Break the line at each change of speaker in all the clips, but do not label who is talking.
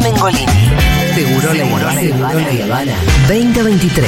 Nicolini.
Seguro la
Seguro
Habana.
La Habana.
2023.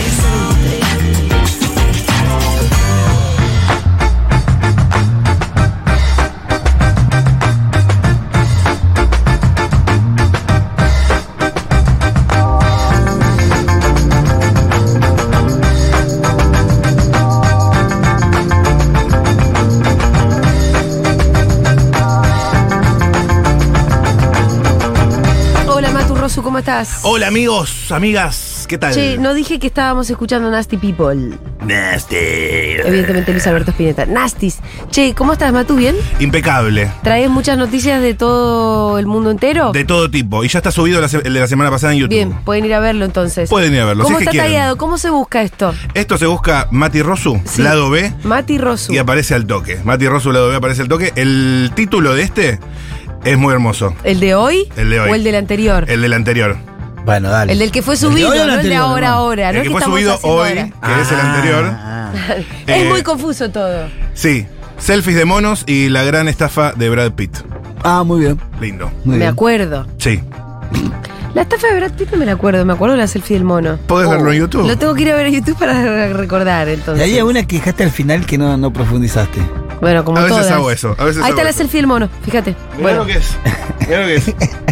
Hola Matu Rosu, ¿cómo estás?
Hola amigos, amigas, ¿qué tal?
Che, no dije que estábamos escuchando Nasty People.
Nasty.
Evidentemente Luis Alberto Spinetta. Nastis. Che, ¿cómo estás, Matu? ¿Bien?
Impecable,
¿Traes muchas noticias de todo el mundo entero?
de todo tipo. Y ya está subido la se- el de la semana pasada en YouTube.
Bien, pueden ir a verlo entonces.
Pueden ir a verlo, si
¿Cómo
es que
está
quieren.
tallado? ¿Cómo se busca esto?
Esto se busca Mati Rosu,
Sí.
lado B,
Mati Rosu.
y aparece al toque. Mati Rosu, lado B, aparece al toque. El título de este es muy hermoso.
¿El de hoy?
El de hoy.
¿O el del anterior?
El del anterior.
Bueno, dale.
El del que fue subido,
hoy o el
no el de
anterior,
ahora,
no?
ahora.
el
no
que
es
fue
estamos
subido
haciendo
hoy,
ahora.
que es el
Ah,
anterior.
ah.
Eh,
Es muy confuso todo.
Sí. Selfies de monos y la gran estafa de Brad Pitt.
Ah, muy bien.
Lindo.
Muy
Me
bien.
acuerdo.
Sí.
La estafa de Brad Pitt no me la acuerdo, me acuerdo de la selfie del mono. Oh,
¿Podés verlo en YouTube?
Lo tengo que ir a ver a YouTube para recordar,
Y
entonces.
había una que dejaste al final que no, no profundizaste.
Bueno, como
A veces
todas.
hago eso, a veces
Ahí
hago
está la
eso.
selfie del mono, fíjate.
Mirá
Bueno,
lo que es. Mirá lo que es.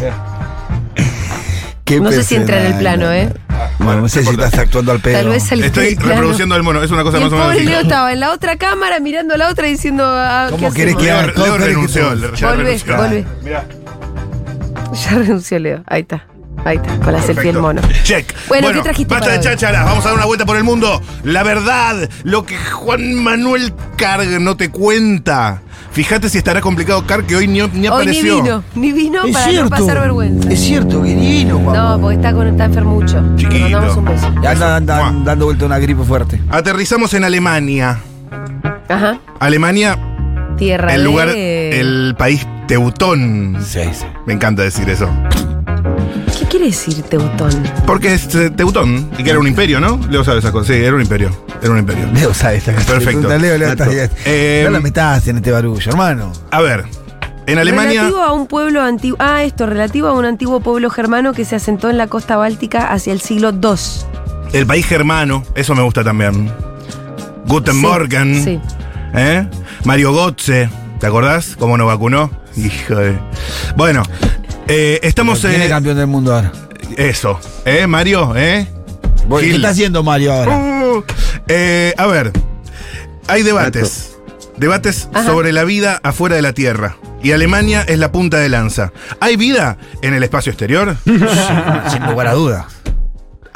Qué
No sé si entra en el plano, ¿eh?
Bueno, no sé si estás actuando al pedo.
tal vez salí
Estoy
del plano.
reproduciendo el mono, es una cosa
Y el
más o menos.
pobre
así.
Leo estaba en la otra cámara mirando a la otra diciendo. ah,
¿Cómo
¿qué
querés
hacemos?
que haga?
Leo, Leo
¿Cómo querés que
renunció.
ponga?
ya
Volvé,
renunció.
volvé.
Mirá,
Ya renunció Leo. Ahí está. Ahí está, con la selfie del
perfecto.
mono.
Check.
Bueno, ¿qué trajiste
Basta
para
de
hoy?
chácharas, vamos a dar una vuelta por el mundo. La verdad, lo que Juan Manuel Carg no te cuenta. Fíjate si estará complicado Carg que hoy ni, ni
Hoy ni
apareció.
vino, ni vino
Es
para no
cierto.
pasar vergüenza.
Es cierto, que divino, Juan.
No, porque está, con, está enfermucho. Le
Chiquito.
mandamos un beso.
Ya anda, anda-
Juan.
dando vuelta una gripe fuerte.
Aterrizamos en Alemania.
Ajá.
Alemania,
Tierra
el
de-
lugar, el país teutón.
Sí, sí.
Me encanta decir eso.
¿Qué quiere decir Teutón?
Porque es eh, teutón, y que era un imperio, ¿no? Leo sabe esas cosas. Sí, era un imperio. Era un imperio.
Leo sabe esta canción.
Perfecto.
Leo, Leo, estás bien.
Eh,
no la metás en este barullo, hermano.
A ver, en Alemania.
Relativo a un pueblo antiguo. Ah, esto, relativo a un antiguo pueblo germano que se asentó en la costa báltica hacia el siglo II.
El país germano, eso me gusta también. Guten
Sí,
Morgen.
sí.
¿eh? Mario Gotze, ¿te acordás? ¿Cómo nos vacunó? Hijo de... Bueno, eh, estamos...
Viene
eh,
campeón del mundo ahora.
eso, ¿eh, Mario? ¿Eh?
Voy-
Gil.
¿Qué está haciendo Mario ahora?
Uh, eh, a ver, hay debates. Debates
Ajá.
sobre la vida afuera de la Tierra. Y Alemania es la punta de lanza. ¿Hay vida en el espacio exterior?
Sin lugar a dudas.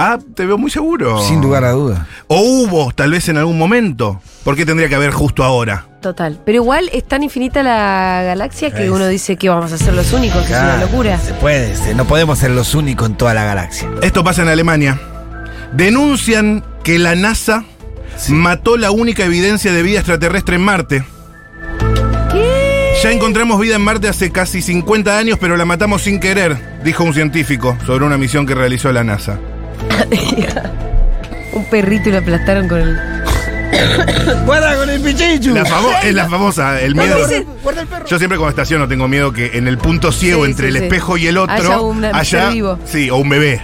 Ah, te veo muy seguro.
Oh.
Sin lugar a dudas.
O hubo, tal vez en algún momento. ¿Por qué tendría que haber justo ahora?
Total. Pero igual es tan infinita la galaxia que
Es.
uno dice que vamos a ser los únicos, que es una
Claro,
locura.
Se puede, se- no podemos ser los únicos en toda la galaxia.
Esto pasa en Alemania. Denuncian que la NASA mató la única evidencia de vida extraterrestre en Marte. Ya encontramos vida en Marte hace casi 50 años, pero la matamos sin querer, dijo un científico sobre una misión que realizó la NASA.
Un perrito y lo aplastaron con el.
¡Guarda con el pichichu!
La famo- es la famosa, el miedo.
dice?
¡Guarda el perro!
Yo siempre cuando estaciono tengo miedo que en el punto ciego
Sí,
entre
sí,
el
sí.
espejo y el otro
Haya un ser vivo.
sí, o un bebé.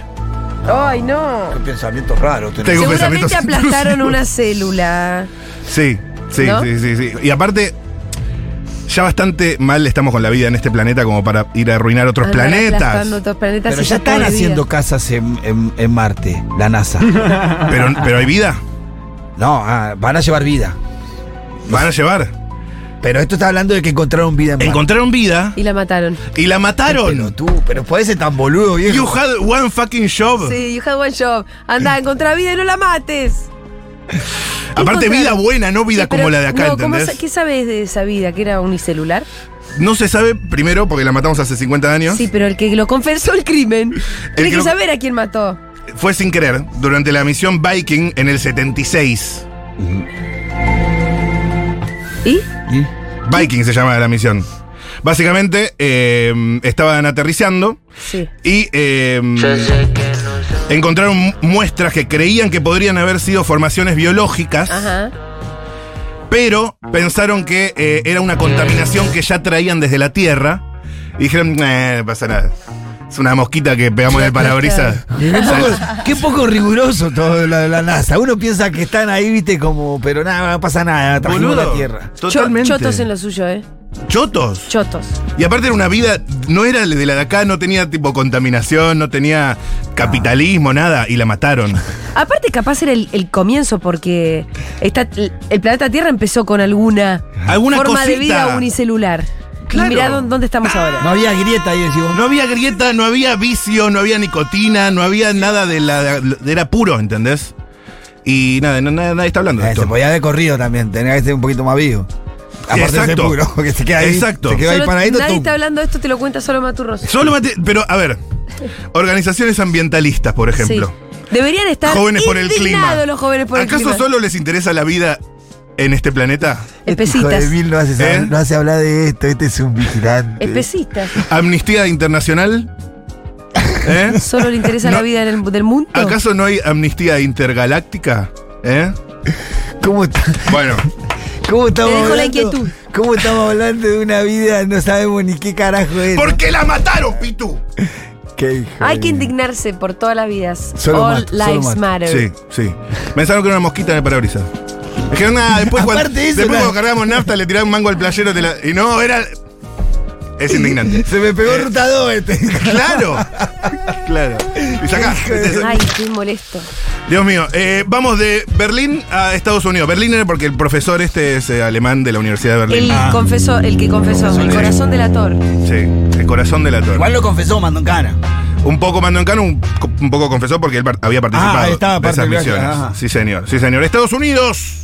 ¡Ay, no!
Qué pensamiento raro tenés.
Tengo
Seguramente
pensamientos
aplastaron
intrusivos.
una célula.
Sí, sí,
¿No?
sí, sí, sí. Y aparte, ya bastante mal estamos con la vida en este planeta como para ir a arruinar otros
Andar
planetas.
aplastando otros planetas
Pero
y
ya están
todo el día.
haciendo casas en, en- en Marte, la NASA.
Pero, pero hay vida,
No, ah, van a llevar vida.
van a llevar.
Pero esto está hablando de que encontraron vida en Marte.
Encontraron vida
Y la mataron.
y la
Pero
mataron.
tú, pero podés ser tan boludo,
You
viejo.
had one fucking job.
Sí, you have one job. Andá, encontrá vida y no la mates.
Aparte, vida buena, no vida
Sí, pero-
como la de acá,
no, ¿cómo
¿entendés?
sa- ¿Qué sabes de esa vida? ¿Que era unicelular?
No se sabe primero porque la matamos hace 50 años.
Sí, pero el que lo confesó el crimen. Tiene
que
que
lo-
saber a quién mató.
Fue sin querer durante la misión Viking en el 76.
¿Y?
¿Y?
Viking se llama la misión. Básicamente, eh, estaban aterrizando.
Sí.
y eh, encontraron mu- muestras que creían que podrían haber sido formaciones biológicas,
Ajá.
pero pensaron que eh, era una contaminación que ya traían desde la Tierra. Y dijeron, "Nah, no pasa nada. Es una mosquita que pegamos en el parabrisas.
Qué poco, qué poco riguroso todo lo de la NASA. Uno piensa que están ahí, viste, como, pero nada, no pasa nada, trajimos
Boludo,
la Tierra.
Totalmente.
Cho- Chotos en lo suyo, ¿eh?
Chotos.
Chotos.
Y aparte era una vida, no era de la de acá, no tenía tipo contaminación, no tenía capitalismo, nada, y la mataron.
Aparte, capaz era el, el comienzo, porque esta- el planeta Tierra empezó con alguna
Alguna
forma de
cosita.
vida unicelular.
Claro. Ah.
Y mirá dó- dónde estamos ahora.
No había grieta ahí, decimos.
No había grieta, no había vicio, no había nicotina, no había nada de la. de- era puro, ¿entendés? Y nada, na- na- nadie está hablando de
Eh, se
esto.
podía haber corrido también, tenía que ser un poquito más vivo. Aparte de ser
Exacto.
puro, que se queda ahí.
Exacto.
Se queda ahí
Solo-
paradito.
nadie
tum.
está hablando de esto, te lo cuenta solo Maturros.
Solo mate- Pero, a ver, organizaciones ambientalistas, por ejemplo.
Deberían estar
Jóvenes por el
indignados
clima.
los jóvenes por el
¿Acaso
clima.
solo les interesa la vida en este planeta?
Hijo de
Especitas.
mil no hace, saber-
¿Eh?
no hace hablar de esto, este es un vigilante.
Especitas.
¿Amnistía internacional? ¿Eh?
¿Solo le interesa la vida del, del mundo?
¿Acaso no hay amnistía intergaláctica? ¿Eh?
¿Cómo, está-
Bueno,
cómo estamos
Te dejo la
hablando-
inquietud.
¿Cómo estamos hablando de una vida? No sabemos ni qué carajo es.
¿por qué la mataron, Pitu?
Qué hijo
Hay
de
que
mil.
indignarse por todas las vidas.
Solo
All
mato, solo
lives
mato.
matter.
Sí, sí. Pensaron que era una mosquita en el parabrisas. Dijeron, nada, después, cuando,
Aparte de eso,
después
la-
cuando cargamos nafta le tiraron mango al playero. te la- y no, era. Es indignante.
Se me pegó el rutador este.
Claro, claro. Y sacá. este,
Ay, qué molesto.
Dios mío, eh, vamos de Berlín a Estados Unidos. Berlín era porque el profesor este es eh, alemán de la Universidad de Berlín.
El confesó, el que confesó, el corazón del ator.
Sí, el corazón de la torre.
lo confesó Mandoncara.
Un poco mandó en cano, un, co- un poco confesó porque él par- había participado
Ah, estaba
de esas
parte del viaje,
misiones.
ajá.
Sí, señor. Sí, señor. Estados Unidos.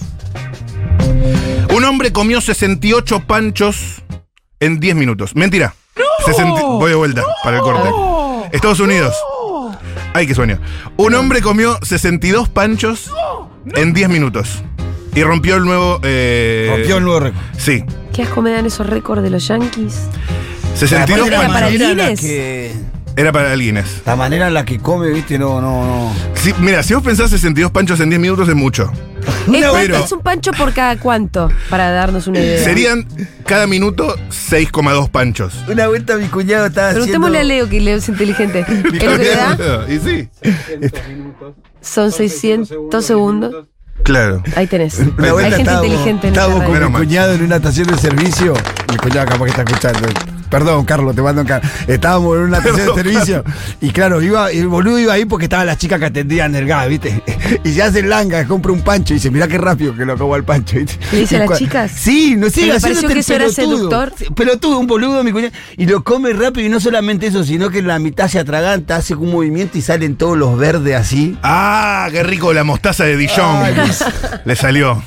Un hombre comió 68 panchos en 10 minutos. Mentira. 60 Voy de vuelta para el corte. Estados Unidos. Ay, qué sueño. Un hombre comió 62 panchos en 10 minutos. Y rompió el nuevo. eh,
Rompió el nuevo récord.
Sí.
¿Qué asco me dan esos récords de los yankees? Aparte
62
era
panchos.
para el
en la
Guinness.
que-
Era para el Guinness.
La manera en la que come, viste, no, no, no.
Sí, mira, si vos pensás 62 panchos en 10 minutos es mucho.
¿Es, cuánto-
pero-
es un pancho por cada cuánto? Para darnos una
Eh,
idea.
Serían cada minuto 6,2 panchos.
Una vuelta mi cuñado estaba
Preguntémosle a Leo, que Leo es inteligente. ¿Qué es lo que le da?
y sí.
Son 600 segundos.
Claro.
Ahí tenés.
Una
Hay
vuelta
gente
estábamos-
inteligente en
estábamos
esta
con
Menos
mi
mal.
cuñado en una estación de servicio. Mi cuñado capaz que está escuchando. Perdón, Carlos, te mando un carro. Estábamos en una estación de
Perdón,
servicio. Y claro, iba, el boludo iba ahí porque estaba la chica que atendían el gas, ¿viste? Y se hace langa, compra un pancho y dice, mirá qué rápido que lo acabó al pancho. ¿viste?
¿Le dice
Y
a las
cua-
chicas?
Sí, no sé,
¿Pero le
haciéndote
pareció que
el
eso era
pelotudo.
seductor?
Pelotudo, un boludo, mi cuñado. Y lo come rápido y no solamente eso, sino que la mitad se atraganta, hace un movimiento y salen todos los verdes así.
Ah, qué rico la mostaza de Dijon.
Ay,
Le salió.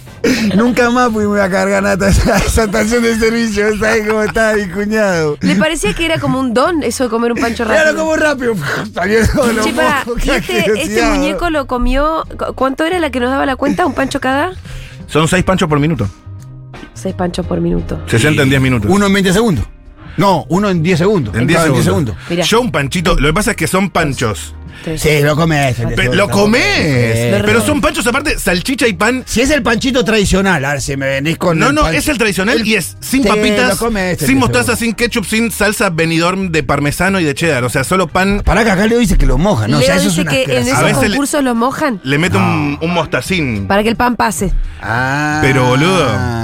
Nunca más pudimos ir a cargar nata a esa, esa estación de servicio. ¿Sabes cómo estaba mi cuñado?
¿Le parecía que era como un don eso de comer un pancho
Claro,
rápido?
como rápido. Salió todo lo
Che, pará,
poco,
¿y
qué
este, este
asquerosidad.
muñeco lo comió. cu- ¿Cuánto era la que nos daba la cuenta? ¿Un pancho cada?
Son 6 panchos por minuto.
Seis panchos por minuto.
60 en 10 minutos.
Uno en 20 segundos. No, uno en 10 segundos.
en 10
Claro,
segundos.
Mirá.
Yo un panchito. Lo que pasa es que son panchos.
Tres.
Sí, lo comés.
Pe- lo
Sí.
comés.
Lo
Pero
re-
son panchos aparte, salchicha y pan.
Si es el panchito tradicional, a ver si me venís con.
No,
el
no,
pancho.
es el tradicional y es sin
Sí,
papitas,
lo come este,
sin
te
mostaza,
seguro.
sin ketchup, sin salsa benidorm de parmesano y de cheddar. O sea, solo pan.
Pará, que acá Leo dice que lo moja, ¿no?
Leo
o sea, eso es
dice
una
que en
asquerosidad.
A
esos
veces le-
concursos los mojan
Le meto un, un mostacín.
para que el pan pase.
Ah.
Pero, boludo.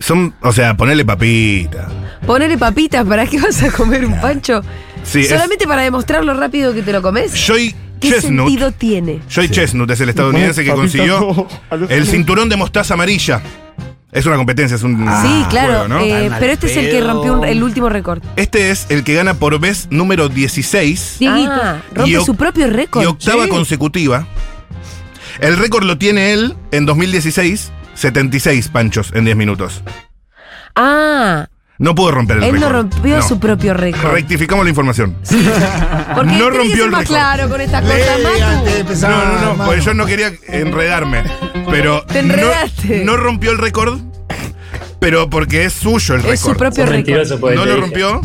Son, o sea, ponerle papita.
Ponele papitas, ¿para qué vas a comer un pancho?
Sí, es-
Solamente para demostrar lo rápido que te lo comes.
Joy
¿Qué
Chestnut.
sentido tiene?
Joy Chestnut es el estadounidense que consiguió el cinturón de mostaza amarilla. Es una competencia, es un
Ah, sí,
juego,
claro,
Ah, ¿no?
eh,
Tan al
pero este es el que
pedo.
rompió un- el último récord.
Este es el que gana por vez número 16
Dieguito.
Ah,
Y
rompe
oc-
su propio récord.
y octava
Sí.
consecutiva. El récord lo tiene él en 2016, 76 panchos en 10 minutos.
Ah,
No pudo romper el
él
récord.
no rompió
No.
su propio récord.
Rectificamos la información.
Porque tiene
No
que
rompió
ser
el
más
récord.
claro con esta
Leo,
cosa, Matu.
Eh, antes de empezar,
No, no, no,
hermano.
porque yo no quería enredarme. Pero.
Te
no-
enredaste.
No, rompió el récord, pero porque es suyo el
Es su
récord.
propio récord.
Mentiroso, pues,
No
te
lo
dije.
rompió.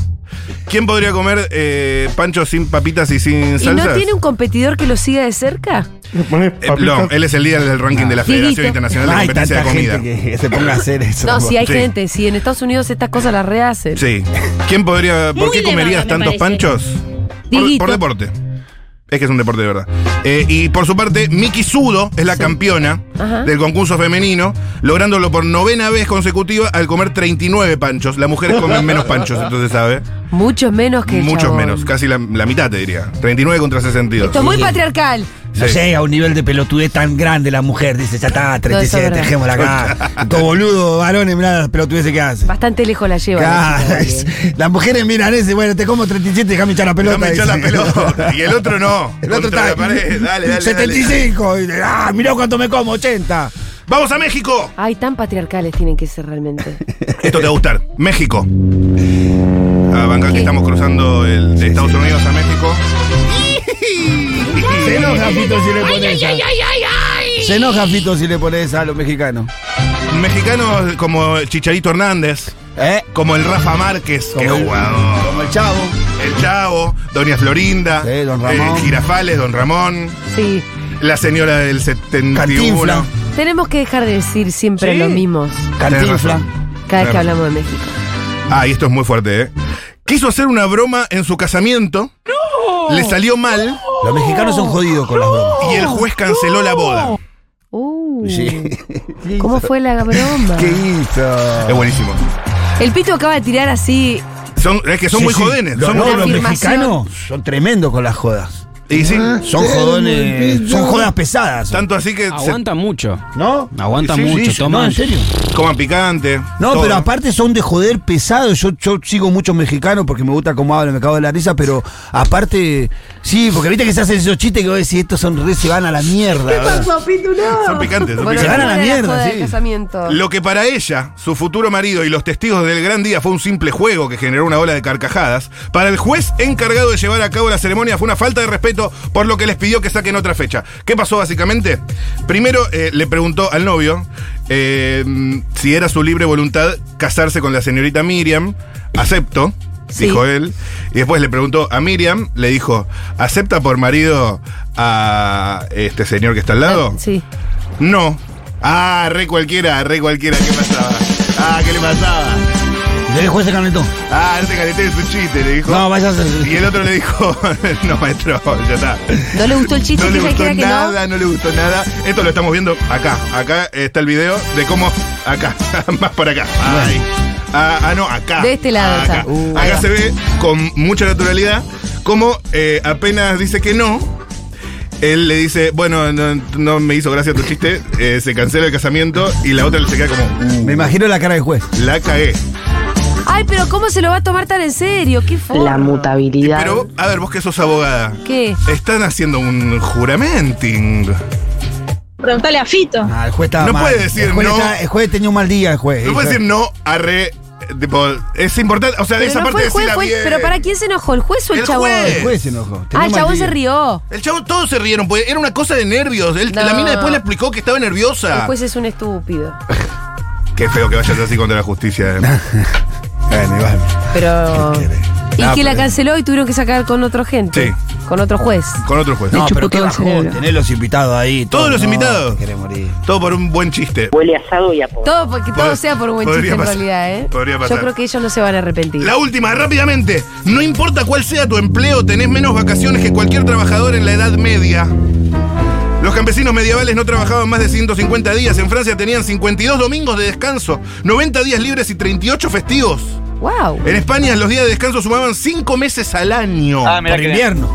¿Quién podría comer eh, pancho sin papitas y sin
¿Y
salsas?
no tiene un competidor que lo siga de cerca?
Le pones
Eh, no,
papitas.
él es el líder del ranking de la
Dieguito.
Federación Internacional de
hay
Competencia de
tanta
Comida.
gente que se ponga a hacer eso.
No, si hay
Sí.
gente, si en Estados Unidos estas cosas las rehacen.
Sí. ¿Quién podría. ¿Por
Muy
qué
de
comerías
vaga, me
tantos
parece.
panchos? Por,
Dieguito.
por deporte. Es que es un deporte de verdad. Eh, y por su parte, Miki Sudo es la campeona
Ajá.
del concurso femenino, lográndolo por novena vez consecutiva al comer 39 panchos. Las mujeres comen menos panchos, entonces sabe.
Muchos menos que el
Muchos
chabón.
menos, casi la, la mitad te diría. 39 contra 62.
Esto es muy patriarcal.
No
Sí.
sé, a un nivel de pelotudez tan grande la mujer dice, ya está,
No,
37,
eso es
dejémosla acá. Todo boludo, varones, mirá las pelotudeces que hace.
Bastante lejos la lleva.
Claro, es- las mujeres miran ese, bueno, te como 37, déjame echar la pelota.
Dame echar la
dice.
pelota. Y el otro no.
El otro
Contra
está.
la pared. Dale, dale,
75. y dice, ah, mirá cuánto me como, 80.
dale. ¡Vamos a México!
Ay, tan patriarcales tienen que ser realmente.
Esto te va a gustar. México. Ah, banca que estamos cruzando el, de Estados Unidos a México.
Se enoja Fito si le
ay,
pones a.
ay, ay, ay!
Se enoja Fito si le pones a los mexicanos.
Mexicanos como Chicharito Hernández,
¿Eh?
como el Rafa Márquez, que
el,
jugador.
como el chavo.
El Chavo, Doña Florinda,
Sí, don Ramón.
eh, Girafales, Don Ramón,
Sí.
la señora del 71.
Cantinfla.
Tenemos que dejar de decir siempre
Sí.
lo mismo
Tenés
Cantinfla.
razón.
cada vez que
Claro.
hablamos de México.
Ah, y esto es muy fuerte, ¿eh? Quiso hacer una broma en su casamiento. Le salió mal
Los mexicanos son jodidos con las bromas.
y el juez canceló la boda.
Uh,
Sí.
¿Cómo fue la broma?
¿Qué hizo?
Es buenísimo.
El pito acaba de tirar así.
Son, es que son
Sí,
muy
sí.
jóvenes.
Los,
Son
no,
muy
los
jóvenes.
mexicanos son tremendos con las jodas.
Y sí,
Son jodones. Son jodas pesadas.
tanto así que se
Aguanta mucho.
¿No?
Aguanta
Sí, sí,
mucho,
sí,
No,
toma.
en serio.
coman picante.
No,
todo.
pero aparte son de joder pesados. Yo, yo sigo muchos mexicanos porque me gusta cómo hablan, me cago de la risa, pero aparte, sí, porque viste que se hacen esos chistes que vos decís, estos son re, se van a la mierda. ¿verdad?
Son picantes, son
Bueno,
se
picantes.
van a la
era
mierda,
joda del
sí.
casamiento.
Lo que para ella, su futuro marido y los testigos del gran día fue un simple juego que generó una ola de carcajadas, para el juez encargado de llevar a cabo la ceremonia fue una falta de respeto, por lo que les pidió que saquen otra fecha. ¿Qué pasó básicamente? Primero eh, le preguntó al novio eh, si era su libre voluntad casarse con la señorita Miriam. Acepto.
Sí.
Dijo él. Y después le preguntó a Miriam, le dijo, ¿acepta por marido a este señor que está al lado?
Sí.
No. Ah, re cualquiera, re cualquiera. ¿Qué pasaba? Ah, ¿qué le pasaba?
Y el juez se calentó.
Ah, no te calenté de su chiste, le dijo.
No, vayas a.
Y el otro le dijo, no, maestro, ya está.
No le gustó el chiste,
No le
que ella
gustó
crea que no.
nada, no. le gustó nada. Esto lo estamos viendo acá. Acá está el video de cómo. Acá, más para acá. Ahí. Ah, ah, no, acá.
De este lado
Acá,
está. Uh, ahí
acá
va.
se ve con mucha naturalidad cómo eh, apenas dice que no. Él le dice, bueno, no, no me hizo gracia tu chiste, eh, se cancela el casamiento y la otra se queda como, "Uh,
Me imagino la cara del juez.
la cagué.
Ay, pero ¿cómo se lo va a tomar tan en serio? ¿Qué fue?
La mutabilidad.
Pero, a ver, vos que sos abogada,
¿Qué?
están haciendo un juramenting.
Preguntale a Fito.
Ah, el juez estaba
No
mal.
puede decir
el juez
no.
estaba- el juez tenía un mal día, el juez.
No puedes decir no a re. Tipo, es importante. O sea, de
Pero
esa
no
parte
fue el juez,
decila
fue el-
bien.
pero ¿para quién se enojó? ¿El juez o el,
El
chabón?
juez.
El juez se enojó. tenía
Ah,
un mal
el chabón se
día.
rió.
El chavo, todos se rieron, porque era una cosa de nervios. Él-
No.
La mina después le explicó que estaba
El
nerviosa.
juez es un estúpido.
Qué feo que vayas así contra la justicia. eh.
Bueno, igual.
Pero. Y
No,
que la
pero-
canceló y tuvieron que sacar con otro gente.
Sí.
Con otro juez.
Con otro juez.
No, pero
chupó
qué
todo el
bajón.
cerebro.
Tenés los invitados ahí.
Todos los
No,
invitados.
te querés morir.
Todo por un buen chiste.
Huele a asado y a po-
Todo, porque todo
Pod-
sea por un buen chiste
podría
en
pasar.
realidad, ¿eh?
Podría
Yo
pasar.
creo que ellos no se van a arrepentir.
La última, rápidamente. No importa cuál sea tu empleo, tenés menos vacaciones que cualquier trabajador en la Edad Media. Los campesinos medievales no trabajaban más de 150 días. En Francia tenían 52 domingos de descanso, 90 días libres y 38 festivos.
¡Wow!
En España los días de descanso sumaban 5 meses al año.
Ah, mirá
Por
que-
invierno.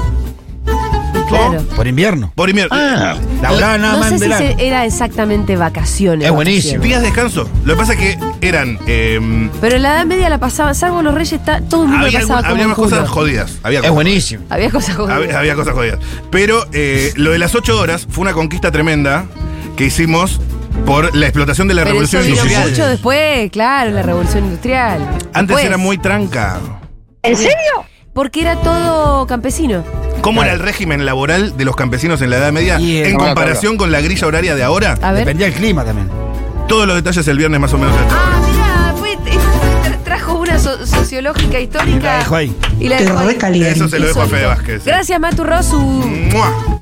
Claro.
Por invierno.
Por invierno.
Ah,
Laburaba nada
Eh, No
más
sé
en
si
verano.
se- era exactamente vacaciones.
Es buenísimo.
Días de descanso. Lo que pasa es que eran. eh,
Pero en la Edad Media la pasaban, salvo los reyes, ta- todo el mundo
había
pasaba
algún-
como
había
un
más cosas
culo.
jodidas. Había
Es
cosas,
buenísimo.
Había cosas jodidas.
había, había cosas jodidas. Pero eh, lo de las 8 horas fue una conquista tremenda que hicimos por la explotación de la
Pero eso
revolución
vino
industrial.
mucho después, claro, la revolución industrial.
Antes
Después,
era muy tranca.
¿En serio?
Porque era todo campesino.
¿Cómo era el régimen laboral de los campesinos en la Edad Media
Y el-
en comparación con la grilla horaria de ahora?
A ver.
Dependía del clima también.
Todos los detalles el viernes más o menos. a esta hora.
Ah, mirá, fue- trajo una pregunta so- sociológica, histórica.
La dejó ahí.
Y la
Te
dejó ahí.
recaliento.
Eso se lo dejo a Fede Vázquez.
Gracias, Matu Rosu.
¡Mua!